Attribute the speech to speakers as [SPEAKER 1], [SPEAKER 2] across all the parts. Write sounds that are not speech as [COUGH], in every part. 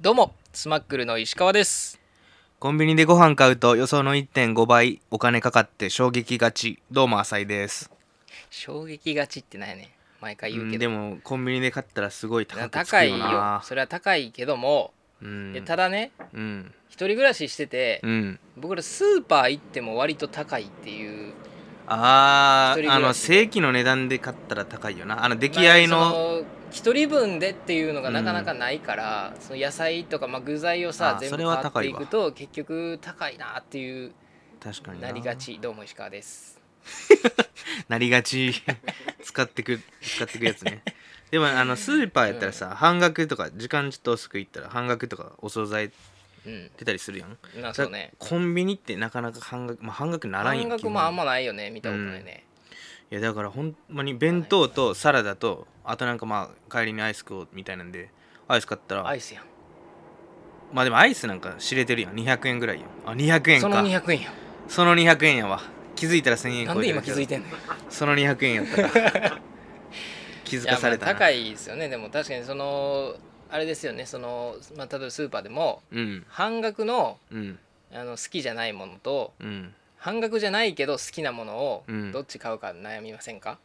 [SPEAKER 1] どうも、スマックルの石川です。
[SPEAKER 2] コンビニでご飯買うと予想の1.5倍お金かかって衝撃がちどうも浅井です
[SPEAKER 1] 衝撃がちってないね。毎回言う
[SPEAKER 2] うん
[SPEAKER 1] け
[SPEAKER 2] で
[SPEAKER 1] ど。
[SPEAKER 2] もコンビニで買ったらすごい高くつ
[SPEAKER 1] 高
[SPEAKER 2] く
[SPEAKER 1] い
[SPEAKER 2] よ
[SPEAKER 1] よ
[SPEAKER 2] な。
[SPEAKER 1] それは高いけども、
[SPEAKER 2] うん
[SPEAKER 1] でただね、
[SPEAKER 2] うん
[SPEAKER 1] 一人暮らししてて、
[SPEAKER 2] うん
[SPEAKER 1] 僕らスーパー行っても割と高いっていう。
[SPEAKER 2] あ
[SPEAKER 1] 一人暮らし
[SPEAKER 2] ー
[SPEAKER 1] で
[SPEAKER 2] あの正規の値段で買ったら高いよなあの出来合い
[SPEAKER 1] まあ
[SPEAKER 2] の
[SPEAKER 1] その一人分でっていうのがなかなかないから、その野菜とか、まあ、具材をさ
[SPEAKER 2] あー
[SPEAKER 1] 全
[SPEAKER 2] そ
[SPEAKER 1] 部
[SPEAKER 2] れは
[SPEAKER 1] 買って
[SPEAKER 2] 高い
[SPEAKER 1] い
[SPEAKER 2] わ
[SPEAKER 1] くと結局高いなっていう
[SPEAKER 2] 確かに
[SPEAKER 1] なりがちどうも石川です
[SPEAKER 2] なりがち [LAUGHS] 使ってく使ってくや
[SPEAKER 1] [LAUGHS]
[SPEAKER 2] つねでもあのスーパーやったらさ、半額とか時間ちょっと遅く行ったら半額とかお惣菜
[SPEAKER 1] うん
[SPEAKER 2] 出たりするやん
[SPEAKER 1] なそうね
[SPEAKER 2] コンビニってなかなか半額、まあ、半額ならんや
[SPEAKER 1] 半
[SPEAKER 2] ん
[SPEAKER 1] 額
[SPEAKER 2] 基本
[SPEAKER 1] もあんまないよね見たことないね、
[SPEAKER 2] いやだからほんまに弁当とサラダとあとなんかまあ帰りにアイス食おうみたいなんでアイス買った
[SPEAKER 1] ア
[SPEAKER 2] ら
[SPEAKER 1] イスやん
[SPEAKER 2] まあでもアイスなんか知れてるやん200円ぐらいやんあ200円
[SPEAKER 1] そ
[SPEAKER 2] か
[SPEAKER 1] の200円やん
[SPEAKER 2] その200円やわ気づいたら1000円
[SPEAKER 1] な
[SPEAKER 2] 超
[SPEAKER 1] んで
[SPEAKER 2] えてる
[SPEAKER 1] 今気づいてんの
[SPEAKER 2] その200円やったら
[SPEAKER 1] [LAUGHS]
[SPEAKER 2] 気づかされた
[SPEAKER 1] いやま
[SPEAKER 2] な
[SPEAKER 1] あ高いですよねでも確かにそのあれですよねその、まあ、例えばスーパーでも
[SPEAKER 2] うん
[SPEAKER 1] 半額の
[SPEAKER 2] うん
[SPEAKER 1] あの好きじゃないものと
[SPEAKER 2] うん
[SPEAKER 1] 半額じゃないけど好きなものを
[SPEAKER 2] うん
[SPEAKER 1] どっち買うか悩みませんか、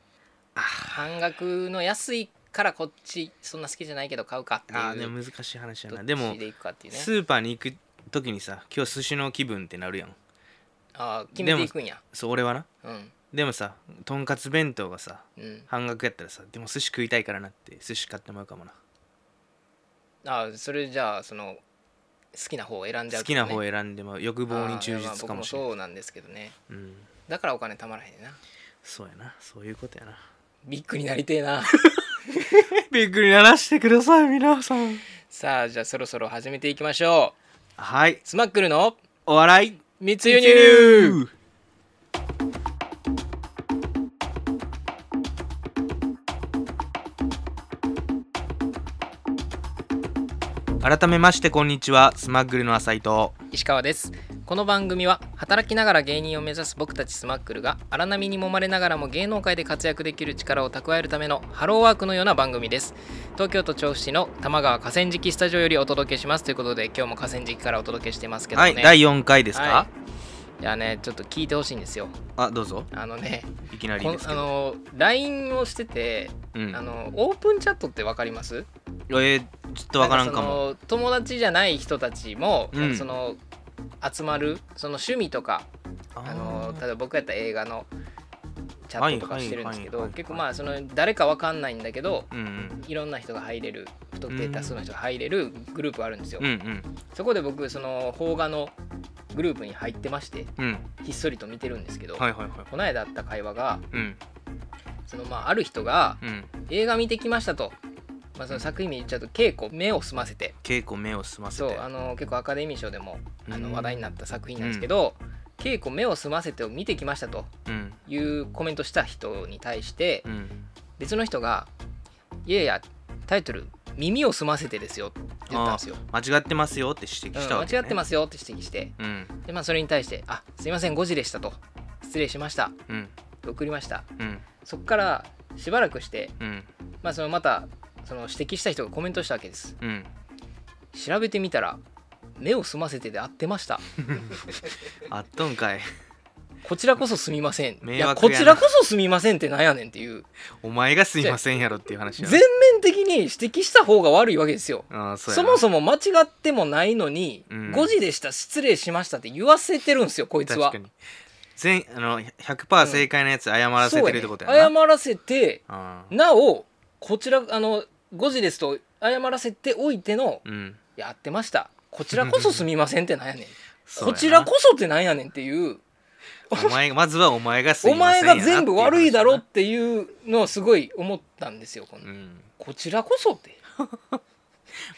[SPEAKER 2] あー
[SPEAKER 1] 半額の安いからこっちそんな好きじゃないけど買うかっていう
[SPEAKER 2] あーでも難しい話や
[SPEAKER 1] ど
[SPEAKER 2] な
[SPEAKER 1] っ
[SPEAKER 2] でも
[SPEAKER 1] ちでいくかっていうね
[SPEAKER 2] スーパーに行く時にさ今日寿司の気分ってなるやん
[SPEAKER 1] あー決めていくんや
[SPEAKER 2] そう俺はな
[SPEAKER 1] うん
[SPEAKER 2] でもさとんかつ弁当がさ
[SPEAKER 1] うん
[SPEAKER 2] 半額やったらさでも寿司食いたいからなって寿司買ってもらうかもな
[SPEAKER 1] あーそれじゃあその好きな方を選んじゃう
[SPEAKER 2] 好
[SPEAKER 1] ってこ
[SPEAKER 2] き
[SPEAKER 1] と
[SPEAKER 2] な
[SPEAKER 1] ね、
[SPEAKER 2] 方を選んでも欲望に忠
[SPEAKER 1] あーいやまあ
[SPEAKER 2] 実かもし
[SPEAKER 1] 僕も
[SPEAKER 2] れない
[SPEAKER 1] そうなんですけどね
[SPEAKER 2] うん
[SPEAKER 1] だからお金たまらへんねんな
[SPEAKER 2] そうやなそういうこと
[SPEAKER 1] [LAUGHS]
[SPEAKER 2] やな
[SPEAKER 1] ビッグになりてえな
[SPEAKER 2] びっくりならしてください皆さん
[SPEAKER 1] さあじゃあそろそろ始めていきましょ
[SPEAKER 2] はいう
[SPEAKER 1] スマックルの
[SPEAKER 2] お笑い
[SPEAKER 1] 密輸入
[SPEAKER 2] 改めましてこんにちはスマッグルの浅井と
[SPEAKER 1] 石川ですこの番組は働きながら芸人を目指す僕たちスマックルが荒波に揉まれながらも芸能界で活躍できる力を蓄えるためのハローワークのような番組です東京都調布市の多摩川河川敷スタジオよりお届けしますということで今日も河川敷からお届けしてますけど
[SPEAKER 2] は
[SPEAKER 1] ね
[SPEAKER 2] い第4回ですか、
[SPEAKER 1] はいじゃあねちょっと聞いてほしいんですよ
[SPEAKER 2] あどうぞ
[SPEAKER 1] あのね
[SPEAKER 2] いきなり
[SPEAKER 1] こん
[SPEAKER 2] です
[SPEAKER 1] あ
[SPEAKER 2] けど
[SPEAKER 1] の LINE をしてて、
[SPEAKER 2] うん
[SPEAKER 1] あのオープンチャットってわかります
[SPEAKER 2] えーちょっとわからんかも
[SPEAKER 1] なんかその友達じゃない人たちも、
[SPEAKER 2] うん
[SPEAKER 1] なんかその集まるその趣味とか
[SPEAKER 2] あ
[SPEAKER 1] あ
[SPEAKER 2] ー
[SPEAKER 1] の例えば僕やったら映画のチャットとかしてるんですけど、
[SPEAKER 2] はいはいはいはい
[SPEAKER 1] 結構まあその誰かわかんないんだけど
[SPEAKER 2] うんうん
[SPEAKER 1] いろんな人が入れる不特定多数の人が入れるグループがあるんですよ、
[SPEAKER 2] うんうん
[SPEAKER 1] そこで僕その邦画のグループに入ってまして
[SPEAKER 2] うん
[SPEAKER 1] ひっそりと見てるんですけど、
[SPEAKER 2] はいはいはい
[SPEAKER 1] この間あった会話が
[SPEAKER 2] うん
[SPEAKER 1] そのまあある人が
[SPEAKER 2] うん
[SPEAKER 1] 映画見てきましたと、まあ、その作品名言っちゃうと稽古目を澄ませて
[SPEAKER 2] 稽古目を澄ませ
[SPEAKER 1] そう
[SPEAKER 2] て
[SPEAKER 1] あの結構アカデミー賞でもあ
[SPEAKER 2] う
[SPEAKER 1] の
[SPEAKER 2] ん
[SPEAKER 1] 話題になった作品なんですけど「稽古目を澄ませて」を見てきましたと
[SPEAKER 2] うん
[SPEAKER 1] いうコメントした人に対して
[SPEAKER 2] うん
[SPEAKER 1] 別の人が「いやいやタイトル『耳を澄ませて』ですよ」って言ったんですよ。
[SPEAKER 2] 間違ってますよって指摘した
[SPEAKER 1] うん
[SPEAKER 2] わけ、ね
[SPEAKER 1] 間違ってますよって指摘して
[SPEAKER 2] すうん
[SPEAKER 1] で、まあ、それに対して「あすいません5時でした」と「失礼しました
[SPEAKER 2] うん」
[SPEAKER 1] 送りました
[SPEAKER 2] うん
[SPEAKER 1] そこからしばらくして、
[SPEAKER 2] うん
[SPEAKER 1] まあ、そのまたその指摘した人がコメントしたわけです。
[SPEAKER 2] うん
[SPEAKER 1] 調べてみたら目を澄ませてで合ってました
[SPEAKER 2] あっとんかい [LAUGHS]
[SPEAKER 1] こちらこそすみませんい
[SPEAKER 2] 迷
[SPEAKER 1] や
[SPEAKER 2] 惑
[SPEAKER 1] こ
[SPEAKER 2] やな
[SPEAKER 1] ちらこそすみませんってなんやねんっていう
[SPEAKER 2] お前がすいませんやろっていう話
[SPEAKER 1] 全
[SPEAKER 2] や
[SPEAKER 1] 面的に指摘した方が悪いわけですよ
[SPEAKER 2] あー
[SPEAKER 1] そ
[SPEAKER 2] そうやな
[SPEAKER 1] もそも間違ってもないのに、
[SPEAKER 2] うん
[SPEAKER 1] 5時でした失礼しましたって言わせてるんですよこいつは
[SPEAKER 2] 確かに全あの100%正解のやつ謝らせてるってことや
[SPEAKER 1] そう
[SPEAKER 2] な、
[SPEAKER 1] やね謝らせて
[SPEAKER 2] あー
[SPEAKER 1] なおこちらあの5時ですと謝らせておいての
[SPEAKER 2] うん
[SPEAKER 1] やってましたこちらこそすみませんってなんやねん
[SPEAKER 2] そうや
[SPEAKER 1] こ
[SPEAKER 2] な
[SPEAKER 1] ちらこそってなんやねんっていう
[SPEAKER 2] お前まずはお前がすい
[SPEAKER 1] お
[SPEAKER 2] ませ
[SPEAKER 1] 前
[SPEAKER 2] ん
[SPEAKER 1] が
[SPEAKER 2] やな
[SPEAKER 1] 全部悪いだろっていうのをすごい思ったんですよ、この
[SPEAKER 2] うん
[SPEAKER 1] こちらこそって。っ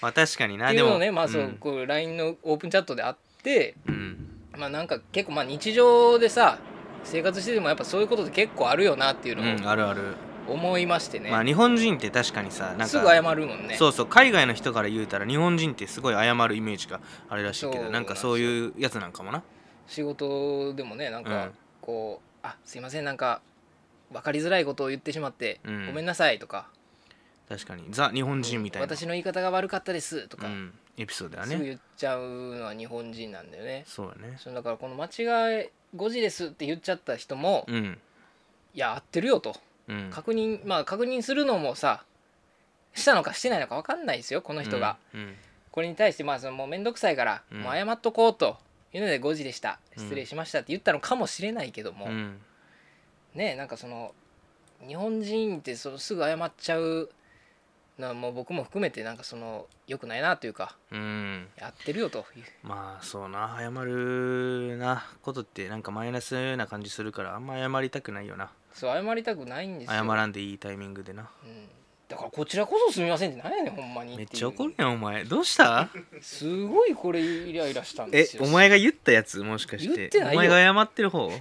[SPEAKER 2] まあ確かにな
[SPEAKER 1] てい
[SPEAKER 2] で
[SPEAKER 1] うの
[SPEAKER 2] も
[SPEAKER 1] をね、まあそう
[SPEAKER 2] うん
[SPEAKER 1] こう LINE のオープンチャットであって、
[SPEAKER 2] うん
[SPEAKER 1] まあ、なんか結構まあ日常でさ生活しててもやっぱそういうことって結構あるよなっていう
[SPEAKER 2] うん
[SPEAKER 1] の
[SPEAKER 2] あるある、
[SPEAKER 1] を思いましてね、
[SPEAKER 2] まあ日本人って確かにさなんか
[SPEAKER 1] すぐ謝るもんね。
[SPEAKER 2] そうそう海外の人から言うたら日本人ってすごい謝るイメージがあるらしいけ
[SPEAKER 1] そう
[SPEAKER 2] どなんかそういうやつなんかもな
[SPEAKER 1] 仕事でもねなん
[SPEAKER 2] う
[SPEAKER 1] か
[SPEAKER 2] ん
[SPEAKER 1] こう「あすいませんなんか分かりづらいことを言ってしまって、
[SPEAKER 2] うん
[SPEAKER 1] ごめんなさい」とか
[SPEAKER 2] 確かにザ日本人みたいな
[SPEAKER 1] 私の言い方が悪かったです」と
[SPEAKER 2] う
[SPEAKER 1] か、
[SPEAKER 2] んエピソードだ
[SPEAKER 1] すぐ
[SPEAKER 2] ね
[SPEAKER 1] 言っちゃうのは日本人なんだよね
[SPEAKER 2] そうだね
[SPEAKER 1] そのだからこの間違え5時ですって言っちゃった人も、い
[SPEAKER 2] うん
[SPEAKER 1] や合ってるよと
[SPEAKER 2] うん
[SPEAKER 1] 確認まあ確認するのもさしたのかしてないのか分かんないですよこの人が、
[SPEAKER 2] うん
[SPEAKER 1] これに対してまあそのもう面倒くさいから、
[SPEAKER 2] うん
[SPEAKER 1] もう謝っとこうというので5時でした
[SPEAKER 2] うん
[SPEAKER 1] 失礼しましたって言ったのかもしれないけども、
[SPEAKER 2] うんうん
[SPEAKER 1] ねなんかその日本人ってそのすぐ謝っちゃうのはもう僕も含めてなんかその良くないなというか
[SPEAKER 2] うん
[SPEAKER 1] やってるよという
[SPEAKER 2] まあそうな謝るなことってなんかマイナスな感じするからあんま謝りたくないよな
[SPEAKER 1] そう謝りたくないんですよ
[SPEAKER 2] 謝らんでいいタイミングでな
[SPEAKER 1] うん、だからこちらこそすみませんってなんやねんほんまに
[SPEAKER 2] めって
[SPEAKER 1] い
[SPEAKER 2] ちゃ
[SPEAKER 1] う
[SPEAKER 2] 怒るやんお前どうした
[SPEAKER 1] すごいこれイライラしたん
[SPEAKER 2] え
[SPEAKER 1] [LAUGHS] ですよ
[SPEAKER 2] お前が言ったやつもしかして
[SPEAKER 1] 言ってないよ
[SPEAKER 2] お前が謝って
[SPEAKER 1] [LAUGHS]
[SPEAKER 2] る方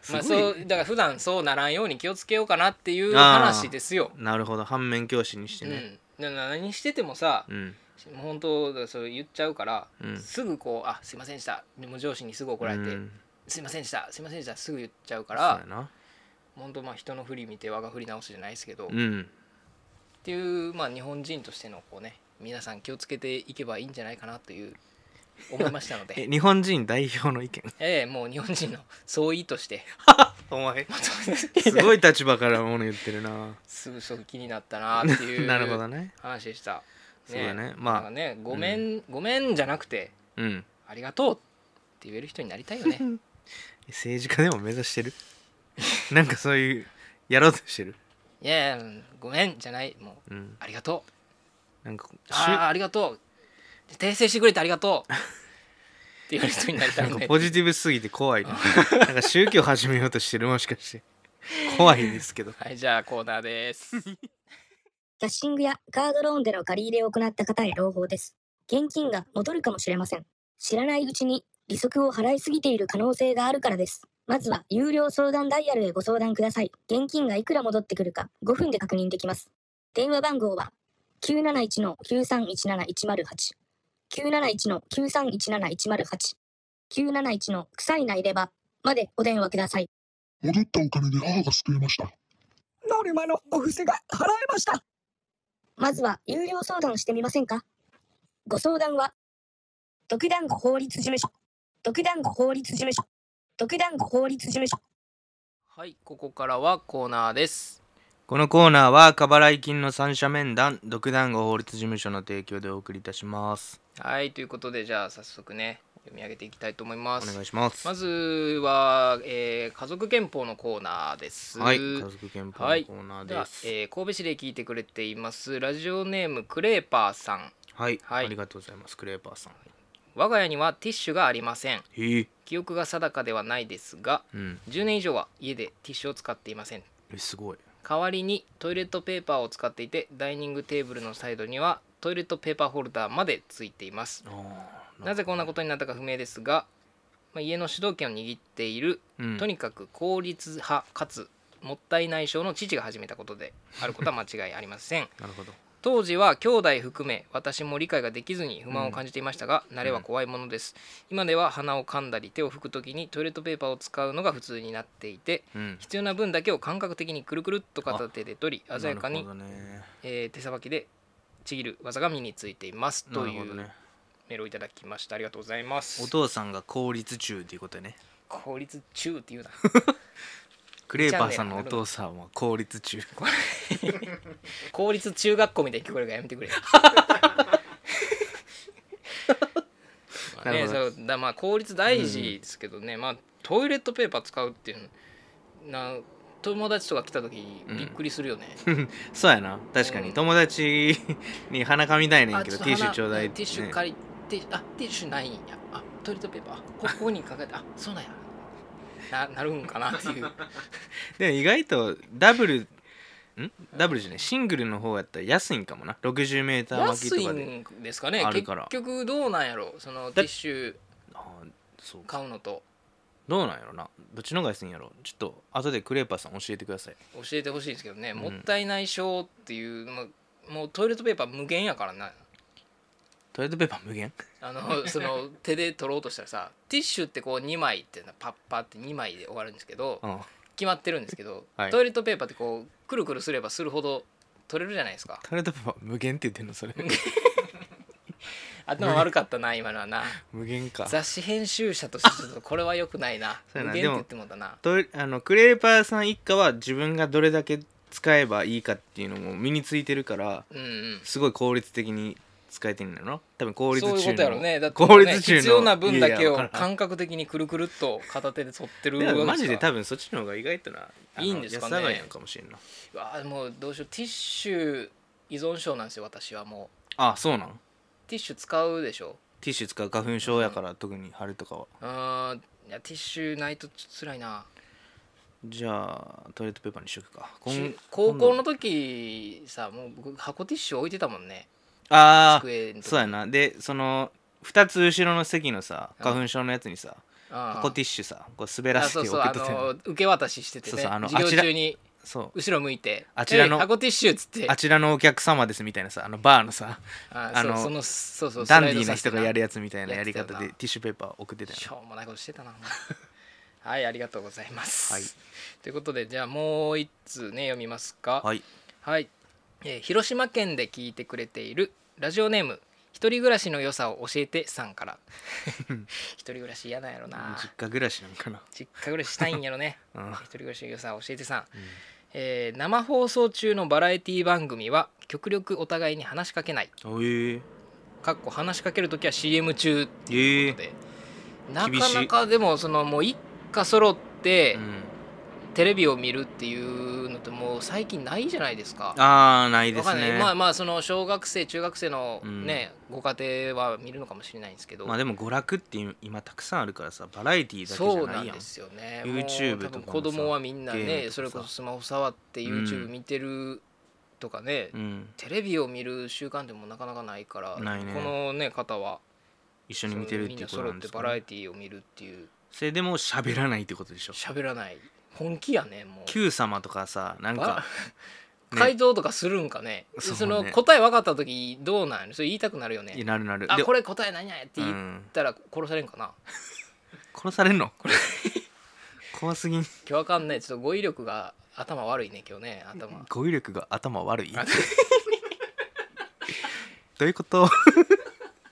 [SPEAKER 2] す
[SPEAKER 1] まあ
[SPEAKER 2] ごい
[SPEAKER 1] そうだから普段そうならんように気をつけようかなっていう
[SPEAKER 2] あー
[SPEAKER 1] 話ですよ、
[SPEAKER 2] なるほど反面教師にして
[SPEAKER 1] うん
[SPEAKER 2] ね
[SPEAKER 1] でも何しててもさ、
[SPEAKER 2] うん
[SPEAKER 1] もう本当だからそれ言っちゃうから、
[SPEAKER 2] うん
[SPEAKER 1] すぐこう「あすいませんでした」でも上司にすぐ怒られて「
[SPEAKER 2] うん
[SPEAKER 1] すいませんでしたすいませんでした」すぐ言っちゃうか
[SPEAKER 2] そう
[SPEAKER 1] ら
[SPEAKER 2] やな
[SPEAKER 1] 本当まあ人の振り見て我が振り直すじゃないですけど、
[SPEAKER 2] う
[SPEAKER 1] っ
[SPEAKER 2] ん
[SPEAKER 1] ていうまあ日本人としてのこうね皆さん気をつけていけばいいんじゃないかなという思いましたの
[SPEAKER 2] [LAUGHS] え
[SPEAKER 1] で
[SPEAKER 2] 日本人代表の意見
[SPEAKER 1] ええもう日本人の総意として
[SPEAKER 2] お前 [LAUGHS] す
[SPEAKER 1] す
[SPEAKER 2] ごい立場からもの言ってるな
[SPEAKER 1] [LAUGHS] すぐそう気になったなっていう
[SPEAKER 2] [LAUGHS] なるほどね
[SPEAKER 1] 話でした、
[SPEAKER 2] そうだね
[SPEAKER 1] なん
[SPEAKER 2] ま
[SPEAKER 1] か
[SPEAKER 2] あ
[SPEAKER 1] ねごめん、ごめんじゃなくて [LAUGHS]
[SPEAKER 2] うん
[SPEAKER 1] ありがとうって言える人になりたいよね
[SPEAKER 2] [LAUGHS] 政治家でも目指してる [LAUGHS] なんかそういうやろうとしてる
[SPEAKER 1] いやいやうんごめんじゃないもう
[SPEAKER 2] うん
[SPEAKER 1] ありがとう
[SPEAKER 2] なんかしゅ
[SPEAKER 1] あーありがとう訂正してくれてありがとうって言える人になりた
[SPEAKER 2] [LAUGHS] ないん
[SPEAKER 1] よ
[SPEAKER 2] か
[SPEAKER 1] ね
[SPEAKER 2] ポジティブすぎて怖いな [LAUGHS] なんか宗教始めようとしてるもしかして [LAUGHS] 怖いですけど
[SPEAKER 1] はいじゃあコーナーです [LAUGHS]
[SPEAKER 3] キャッシングやカードローンでの借り入れを行った方へ朗報です。現金が戻るかもしれません。知らないうちに利息を払いすぎている可能性があるからです。まずは有料相談ダイヤルへご相談ください。現金がいくら戻ってくるか5分で確認できます。電話番号は971-9317-108 971-9317-108 971の臭いないればまでお電話ください。
[SPEAKER 4] 戻ったお金で母が救えました。
[SPEAKER 5] ノルマのお布施が払えました
[SPEAKER 3] まずは有料相談してみませんかご相談は、独団子法律事務所、独団子法律事務所、独団子法律事務所。
[SPEAKER 1] はいここからはコーナーです
[SPEAKER 2] このコーナーは過払い金の三者面談独断後法律事務所の提供でお送りいたします
[SPEAKER 1] はいということでじゃあ早速ね読み上げていきたいと思い
[SPEAKER 2] お
[SPEAKER 1] ます
[SPEAKER 2] 願いします
[SPEAKER 1] まずは、えー家族憲法のコーナーです
[SPEAKER 2] はい家族憲法のコーナー
[SPEAKER 1] では
[SPEAKER 2] で、す
[SPEAKER 1] えー神戸市で聞いてくれていますラジオネームクレーパーさん
[SPEAKER 2] はい、
[SPEAKER 1] はい
[SPEAKER 2] ありがとうございますクレーパーさん
[SPEAKER 1] 我が家にはティッシュがありません
[SPEAKER 2] へえ
[SPEAKER 1] 記憶が定かではないですが
[SPEAKER 2] うん
[SPEAKER 1] 10年以上は家でティッシュを使っていません
[SPEAKER 2] えすごい
[SPEAKER 1] 代わりにトイレットペーパーを使っていてダイニングテーブルのサイドにはトイレットペーパーホルダーまでついています
[SPEAKER 2] あー
[SPEAKER 1] なぜこんなことになったか不明ですが、まあ、家の主導権を握っている
[SPEAKER 2] うん
[SPEAKER 1] とにかく効率派かつもったいない症の父が始めたことであることは間違いありません
[SPEAKER 2] なるほど
[SPEAKER 1] 当時は兄弟含め私も理解ができずに不満を感じていましたが、慣れは怖いものです今では鼻を噛んだり手を拭く時にトイレットペーパーを使うのが普通になっていて
[SPEAKER 2] うん
[SPEAKER 1] 必要な分だけを感覚的にくるくるっと片手で取り鮮やかに、
[SPEAKER 2] なるほどね
[SPEAKER 1] えー手さばきでちぎる技が身についていますと
[SPEAKER 2] なる
[SPEAKER 1] い
[SPEAKER 2] ほど
[SPEAKER 1] う
[SPEAKER 2] ね
[SPEAKER 1] メールをいただきましたありがとうございま
[SPEAKER 2] お
[SPEAKER 1] す
[SPEAKER 2] 父さんが効率中っていうことね
[SPEAKER 1] 効率中っていうな
[SPEAKER 2] クレーパーさんのお父さんは効率中
[SPEAKER 1] 効率中学校みたいに聞こえるからやめてくれまあ
[SPEAKER 2] な
[SPEAKER 1] ね
[SPEAKER 2] るほど
[SPEAKER 1] そうだまあ効率大事ですけどね、まあトイレットペーパー使うっていうのな友達とか来た時びっくりす
[SPEAKER 2] [LAUGHS]
[SPEAKER 1] るよね、
[SPEAKER 2] そうやな確かに、
[SPEAKER 1] うん
[SPEAKER 2] 友達に鼻かみたいね
[SPEAKER 1] あ
[SPEAKER 2] んけど
[SPEAKER 1] ちょ
[SPEAKER 2] テ
[SPEAKER 1] っと
[SPEAKER 2] ィッ
[SPEAKER 1] 鼻
[SPEAKER 2] シュちょうだいっ
[SPEAKER 1] ん
[SPEAKER 2] て、
[SPEAKER 1] ティ
[SPEAKER 2] ね、
[SPEAKER 1] ッシュ借りてあティッシュないんやあトイレットペーパーこここにかけてあそうなんやななるんかなって
[SPEAKER 2] [LAUGHS]
[SPEAKER 1] いう
[SPEAKER 2] でも意外とダブルんダブルじゃないシングルの方やったら安いんかもな 60m 巻き
[SPEAKER 1] 安
[SPEAKER 2] と
[SPEAKER 1] い
[SPEAKER 2] かで
[SPEAKER 1] んですかね
[SPEAKER 2] ある
[SPEAKER 1] 結
[SPEAKER 2] から
[SPEAKER 1] 局どうなんやろそのティッシュ
[SPEAKER 2] あーそうか
[SPEAKER 1] 買うのと
[SPEAKER 2] どうなんやろなどっちの方が安いんやろちょっと後でクレーパーさん教えてください
[SPEAKER 1] 教えてほしいですけどね、
[SPEAKER 2] ん
[SPEAKER 1] もったいない症っていう、まあ、もうトイレットペーパー無限やからな
[SPEAKER 2] トイレットペーパー無限
[SPEAKER 1] あの [LAUGHS] その手で取ろうとしたらさティッシュってこう2枚っていうのはパッパって2枚で終わるんですけど
[SPEAKER 2] うん
[SPEAKER 1] 決まってるんですけど、
[SPEAKER 2] はい
[SPEAKER 1] トイレットペーパーってこうくるくるすればするほど取れるじゃないですか
[SPEAKER 2] トイレットペーパー無限って言ってんのそれ
[SPEAKER 1] 頭悪かったな今のは
[SPEAKER 2] [LAUGHS]
[SPEAKER 1] な
[SPEAKER 2] 無限か
[SPEAKER 1] 雑誌編集者としてちょっとこれはよくないな
[SPEAKER 2] そう
[SPEAKER 1] 無限
[SPEAKER 2] やな
[SPEAKER 1] って
[SPEAKER 2] でも
[SPEAKER 1] 言ってもだな
[SPEAKER 2] とあのクレーパーさん一家は自分がどれだけ使えばいいかっていうのも身についてるから
[SPEAKER 1] うんうん
[SPEAKER 2] すごい効率的に使えてるんだろ多分効率中
[SPEAKER 1] そう
[SPEAKER 2] の
[SPEAKER 1] いうことやろねだって、ね、
[SPEAKER 2] 効率中の
[SPEAKER 1] 必要な分だけ
[SPEAKER 2] いやい
[SPEAKER 1] を
[SPEAKER 2] やわからん
[SPEAKER 1] 感覚的にくるくるっと片手で取ってる
[SPEAKER 2] でもマジで
[SPEAKER 1] わ
[SPEAKER 2] 多分そっちの方が意外とない
[SPEAKER 1] いんですかね
[SPEAKER 2] 安上がりなんかもしれんな
[SPEAKER 1] あもうどうしようティッシュ依存症なんですよ私はもう
[SPEAKER 2] あそうなの
[SPEAKER 1] ティッシュ使うでしょ
[SPEAKER 2] ティッシュ使う花粉症やから、特に春とかは
[SPEAKER 1] うーんいやティッシュないとちょっと辛いな
[SPEAKER 2] じゃあトイレットペーパーにしとくかこん
[SPEAKER 1] 中高校
[SPEAKER 2] 今
[SPEAKER 1] の時さもう僕箱ティッシュ置いてたもんね
[SPEAKER 2] 度ああ
[SPEAKER 1] 机の
[SPEAKER 2] そうやなでその2つ後ろの席のさ
[SPEAKER 1] うん
[SPEAKER 2] 花粉症のやつにさ箱ティ
[SPEAKER 1] ィッシ
[SPEAKER 2] ッシュさこう滑
[SPEAKER 1] ュ
[SPEAKER 2] ら
[SPEAKER 1] あ
[SPEAKER 2] せて
[SPEAKER 1] そうそう
[SPEAKER 2] 置け
[SPEAKER 1] あ
[SPEAKER 2] てたよ
[SPEAKER 1] の受け渡ししてて
[SPEAKER 2] そうそうあ
[SPEAKER 1] ね
[SPEAKER 2] の
[SPEAKER 1] 授
[SPEAKER 2] あ
[SPEAKER 1] 業
[SPEAKER 2] ちら
[SPEAKER 1] 中に
[SPEAKER 2] そう
[SPEAKER 1] 後ろ向いて
[SPEAKER 2] あちらの
[SPEAKER 1] えい箱ティッシュ」っつって
[SPEAKER 2] あちらのお客様ですみたいなさあのバーのさ
[SPEAKER 1] あ
[SPEAKER 2] あ
[SPEAKER 1] そう
[SPEAKER 2] の
[SPEAKER 1] そのそうそう
[SPEAKER 2] ダンディーな人がやる
[SPEAKER 1] や
[SPEAKER 2] やつみたいなやり
[SPEAKER 1] やってた
[SPEAKER 2] 方
[SPEAKER 1] よ
[SPEAKER 2] で
[SPEAKER 1] な
[SPEAKER 2] ティッシュペーパー送ってたよ
[SPEAKER 1] し
[SPEAKER 2] な
[SPEAKER 1] ょうもないことしてたな
[SPEAKER 2] [LAUGHS]
[SPEAKER 1] はいありがとうございます、
[SPEAKER 2] はい
[SPEAKER 1] ということでじゃあもう一通ね読みますか
[SPEAKER 2] はい
[SPEAKER 1] はい、えー広島県で聞いてくれているラジオネーム一人暮らしの良さを教えてさんから
[SPEAKER 2] [LAUGHS]
[SPEAKER 1] 一人暮らし嫌なんやろな
[SPEAKER 2] 実家暮らしなんかな
[SPEAKER 1] 実家暮らししたいんやろね [LAUGHS]
[SPEAKER 2] うん
[SPEAKER 1] 一人暮らしの良さを教えてさん、えー生放送中のバラエティ番組は極力お互いに話しかけない
[SPEAKER 2] おえー
[SPEAKER 1] かっこ話しかける時は CM 中っていうことで、
[SPEAKER 2] 厳
[SPEAKER 1] な
[SPEAKER 2] しい
[SPEAKER 1] かなかでもそのもう一家揃って
[SPEAKER 2] うん
[SPEAKER 1] テレビを見るっていうのってもう最近ないじゃないですか。
[SPEAKER 2] ああないで
[SPEAKER 1] わか
[SPEAKER 2] す
[SPEAKER 1] んない
[SPEAKER 2] ね
[SPEAKER 1] まあ
[SPEAKER 2] ま
[SPEAKER 1] まあその小学生中学生のね、ご家庭は見るのかもしれないんですけど、
[SPEAKER 2] あでも娯楽って今今たくさんあるからさバラエティーだけじ
[SPEAKER 1] そ
[SPEAKER 2] ゃ
[SPEAKER 1] う
[SPEAKER 2] な
[SPEAKER 1] ないん
[SPEAKER 2] やん
[SPEAKER 1] ですよね
[SPEAKER 2] YouTube
[SPEAKER 1] もう多分
[SPEAKER 2] とかもさ
[SPEAKER 1] 子供はみんな
[SPEAKER 2] ゲームと
[SPEAKER 1] ね
[SPEAKER 2] かさ
[SPEAKER 1] それこそスマホ触って
[SPEAKER 2] うん
[SPEAKER 1] YouTube 見てるとかね、
[SPEAKER 2] うん
[SPEAKER 1] テレビを見る習慣でもなかなかないから
[SPEAKER 2] ないね
[SPEAKER 1] このね方は
[SPEAKER 2] 一緒に見てるって
[SPEAKER 1] みん
[SPEAKER 2] い
[SPEAKER 1] な
[SPEAKER 2] うこと
[SPEAKER 1] 揃
[SPEAKER 2] な
[SPEAKER 1] っ
[SPEAKER 2] ん
[SPEAKER 1] て
[SPEAKER 2] です
[SPEAKER 1] バ
[SPEAKER 2] か
[SPEAKER 1] ラエ
[SPEAKER 2] ね
[SPEAKER 1] ティを見るっていう
[SPEAKER 2] それでも喋らないってことでしょ
[SPEAKER 1] 喋らない本気やねもう
[SPEAKER 2] Q 様とかさなん
[SPEAKER 1] ば
[SPEAKER 2] かね
[SPEAKER 1] 回答とかするんかね
[SPEAKER 2] そう
[SPEAKER 1] そ
[SPEAKER 2] ね
[SPEAKER 1] の答え分かった時どうなんのそれ言いたくなるよ
[SPEAKER 2] いや
[SPEAKER 1] ね
[SPEAKER 2] なるなる
[SPEAKER 1] あ
[SPEAKER 2] で
[SPEAKER 1] これ答え何やって
[SPEAKER 2] う
[SPEAKER 1] 言っ
[SPEAKER 2] ん
[SPEAKER 1] たら殺されんかな
[SPEAKER 2] 殺されんのこれ怖すぎん
[SPEAKER 1] 今日わかんないちょっと語彙力が頭悪いね今日ね頭
[SPEAKER 2] 語彙力が頭悪いどういうこと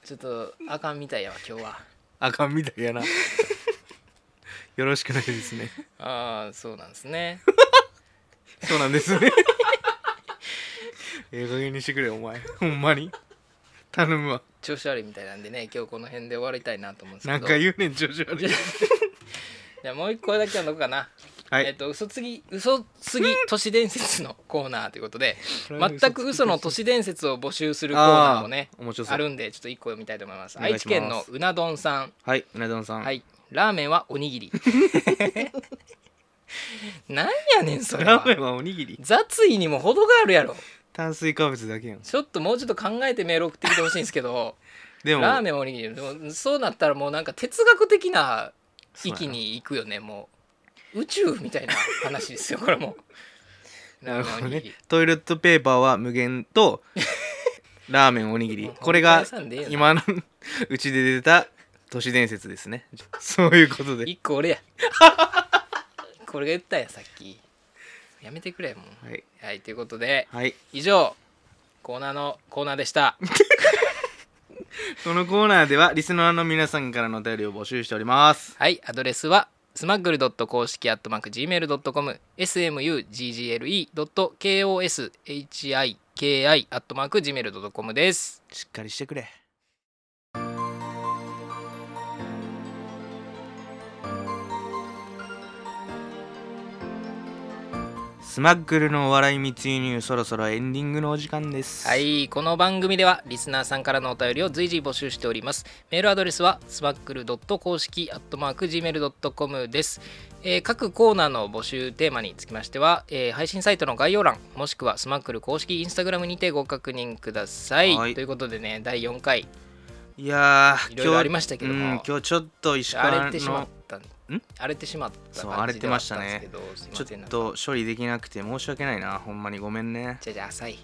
[SPEAKER 1] ちょっとあかんみたいやわ今日
[SPEAKER 2] [LAUGHS]
[SPEAKER 1] は
[SPEAKER 2] あかんみたいやなよろしくないですね
[SPEAKER 1] ああそうなんですね
[SPEAKER 2] そうなんですねええ加減にしてくれお前ほんまに頼むわ
[SPEAKER 1] 調子悪いみたいなんでね今日この辺で終わりたいなと思うんですけ
[SPEAKER 2] 何
[SPEAKER 1] ど
[SPEAKER 2] 回言うねん調子悪い
[SPEAKER 1] じゃあもう一個だけ読んどこうかな、
[SPEAKER 2] は
[SPEAKER 1] えっ
[SPEAKER 2] い
[SPEAKER 1] と嘘つぎ嘘つぎ都市伝説のコーナーということで全く嘘の都市伝説を募集するコーナーもね
[SPEAKER 2] あー面白そう
[SPEAKER 1] あるんでちょっと一個読みたいと思います
[SPEAKER 2] お
[SPEAKER 1] 愛
[SPEAKER 2] 願いします
[SPEAKER 1] 知県のうな丼さん
[SPEAKER 2] はいうな丼さん
[SPEAKER 1] はいラーメンはおに
[SPEAKER 2] [LAUGHS]
[SPEAKER 1] ぎりなんやねんそれ
[SPEAKER 2] ラ
[SPEAKER 1] は
[SPEAKER 2] ーメンはおにぎり
[SPEAKER 1] 雑意にも程があるやろ
[SPEAKER 2] 炭水化物だけやん
[SPEAKER 1] ちょっともうちょっと考えてメール送ってきてほしいんですけど
[SPEAKER 2] [LAUGHS] でも
[SPEAKER 1] ラーメンはおにぎりでもそうなったらもうなんか哲学的な
[SPEAKER 2] そうやな
[SPEAKER 1] 域に行くよねもう宇宙みたいな話ですよこれもう
[SPEAKER 2] [LAUGHS] な
[SPEAKER 1] ラ
[SPEAKER 2] る
[SPEAKER 1] ーメンお
[SPEAKER 2] ほど
[SPEAKER 1] に
[SPEAKER 2] ね
[SPEAKER 1] ぎり
[SPEAKER 2] トイレットペーパーは無限
[SPEAKER 1] [LAUGHS]
[SPEAKER 2] とラーメンおにぎりこれが
[SPEAKER 1] 今
[SPEAKER 2] 今のうちで出た都市伝説ですねそういうことで
[SPEAKER 1] 一個
[SPEAKER 2] [LAUGHS]
[SPEAKER 1] 俺やこれが言ったんやさっきやめてくれもう
[SPEAKER 2] はい、
[SPEAKER 1] はいということで
[SPEAKER 2] はい、
[SPEAKER 1] 以上コーナーのコーナーでした
[SPEAKER 2] このコーナーではリスナーの皆さんからのお便りを募集しております
[SPEAKER 1] はい、アドレスはスマッグルドット公式アットマーク gmail.com smuggle.koshiki アットマーク gmail.com です。
[SPEAKER 2] しっかりしてくれスマッグルのお笑い密輸入そろそろエンディングのお時間です
[SPEAKER 1] はい、この番組ではリスナーさんからのお便りを随時募集しております。メールアドレスはスマッグルドット公式アットマーク gmail.com です、えー各コーナーの募集テーマにつきましては、えー配信サイトの概要欄もしくはスマッグル公式インスタグラムにてご確認ください。
[SPEAKER 2] はい
[SPEAKER 1] ということでね、第4回
[SPEAKER 2] いやー
[SPEAKER 1] いろいろありましたけども
[SPEAKER 2] うん今日ちょっと石
[SPEAKER 1] 荒
[SPEAKER 2] 川
[SPEAKER 1] れてしまっ
[SPEAKER 2] の
[SPEAKER 1] たん荒れてしまった
[SPEAKER 2] そう
[SPEAKER 1] 感
[SPEAKER 2] 荒
[SPEAKER 1] じで
[SPEAKER 2] れて
[SPEAKER 1] はあ
[SPEAKER 2] ま
[SPEAKER 1] っ
[SPEAKER 2] したた
[SPEAKER 1] んです
[SPEAKER 2] ね
[SPEAKER 1] けどすいま
[SPEAKER 2] ちょ
[SPEAKER 1] せん
[SPEAKER 2] っ
[SPEAKER 1] なんか
[SPEAKER 2] と処理できなくて申し訳ないなほんまにごめ
[SPEAKER 1] [LAUGHS]
[SPEAKER 2] んね
[SPEAKER 1] じゃあじゃあ浅い
[SPEAKER 2] ん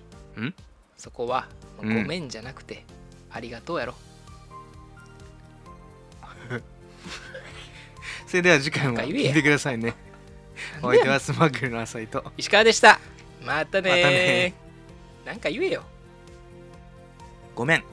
[SPEAKER 1] そこはご
[SPEAKER 2] うん
[SPEAKER 1] めんじゃなくてありがとうやろ
[SPEAKER 2] それでは次回も
[SPEAKER 1] なんか言え
[SPEAKER 2] 聞
[SPEAKER 1] や
[SPEAKER 2] いてくださいねお相手はスマッグルの浅井と
[SPEAKER 1] 石川でしたまたねー
[SPEAKER 2] またね
[SPEAKER 1] なんか言えよ
[SPEAKER 2] ごめん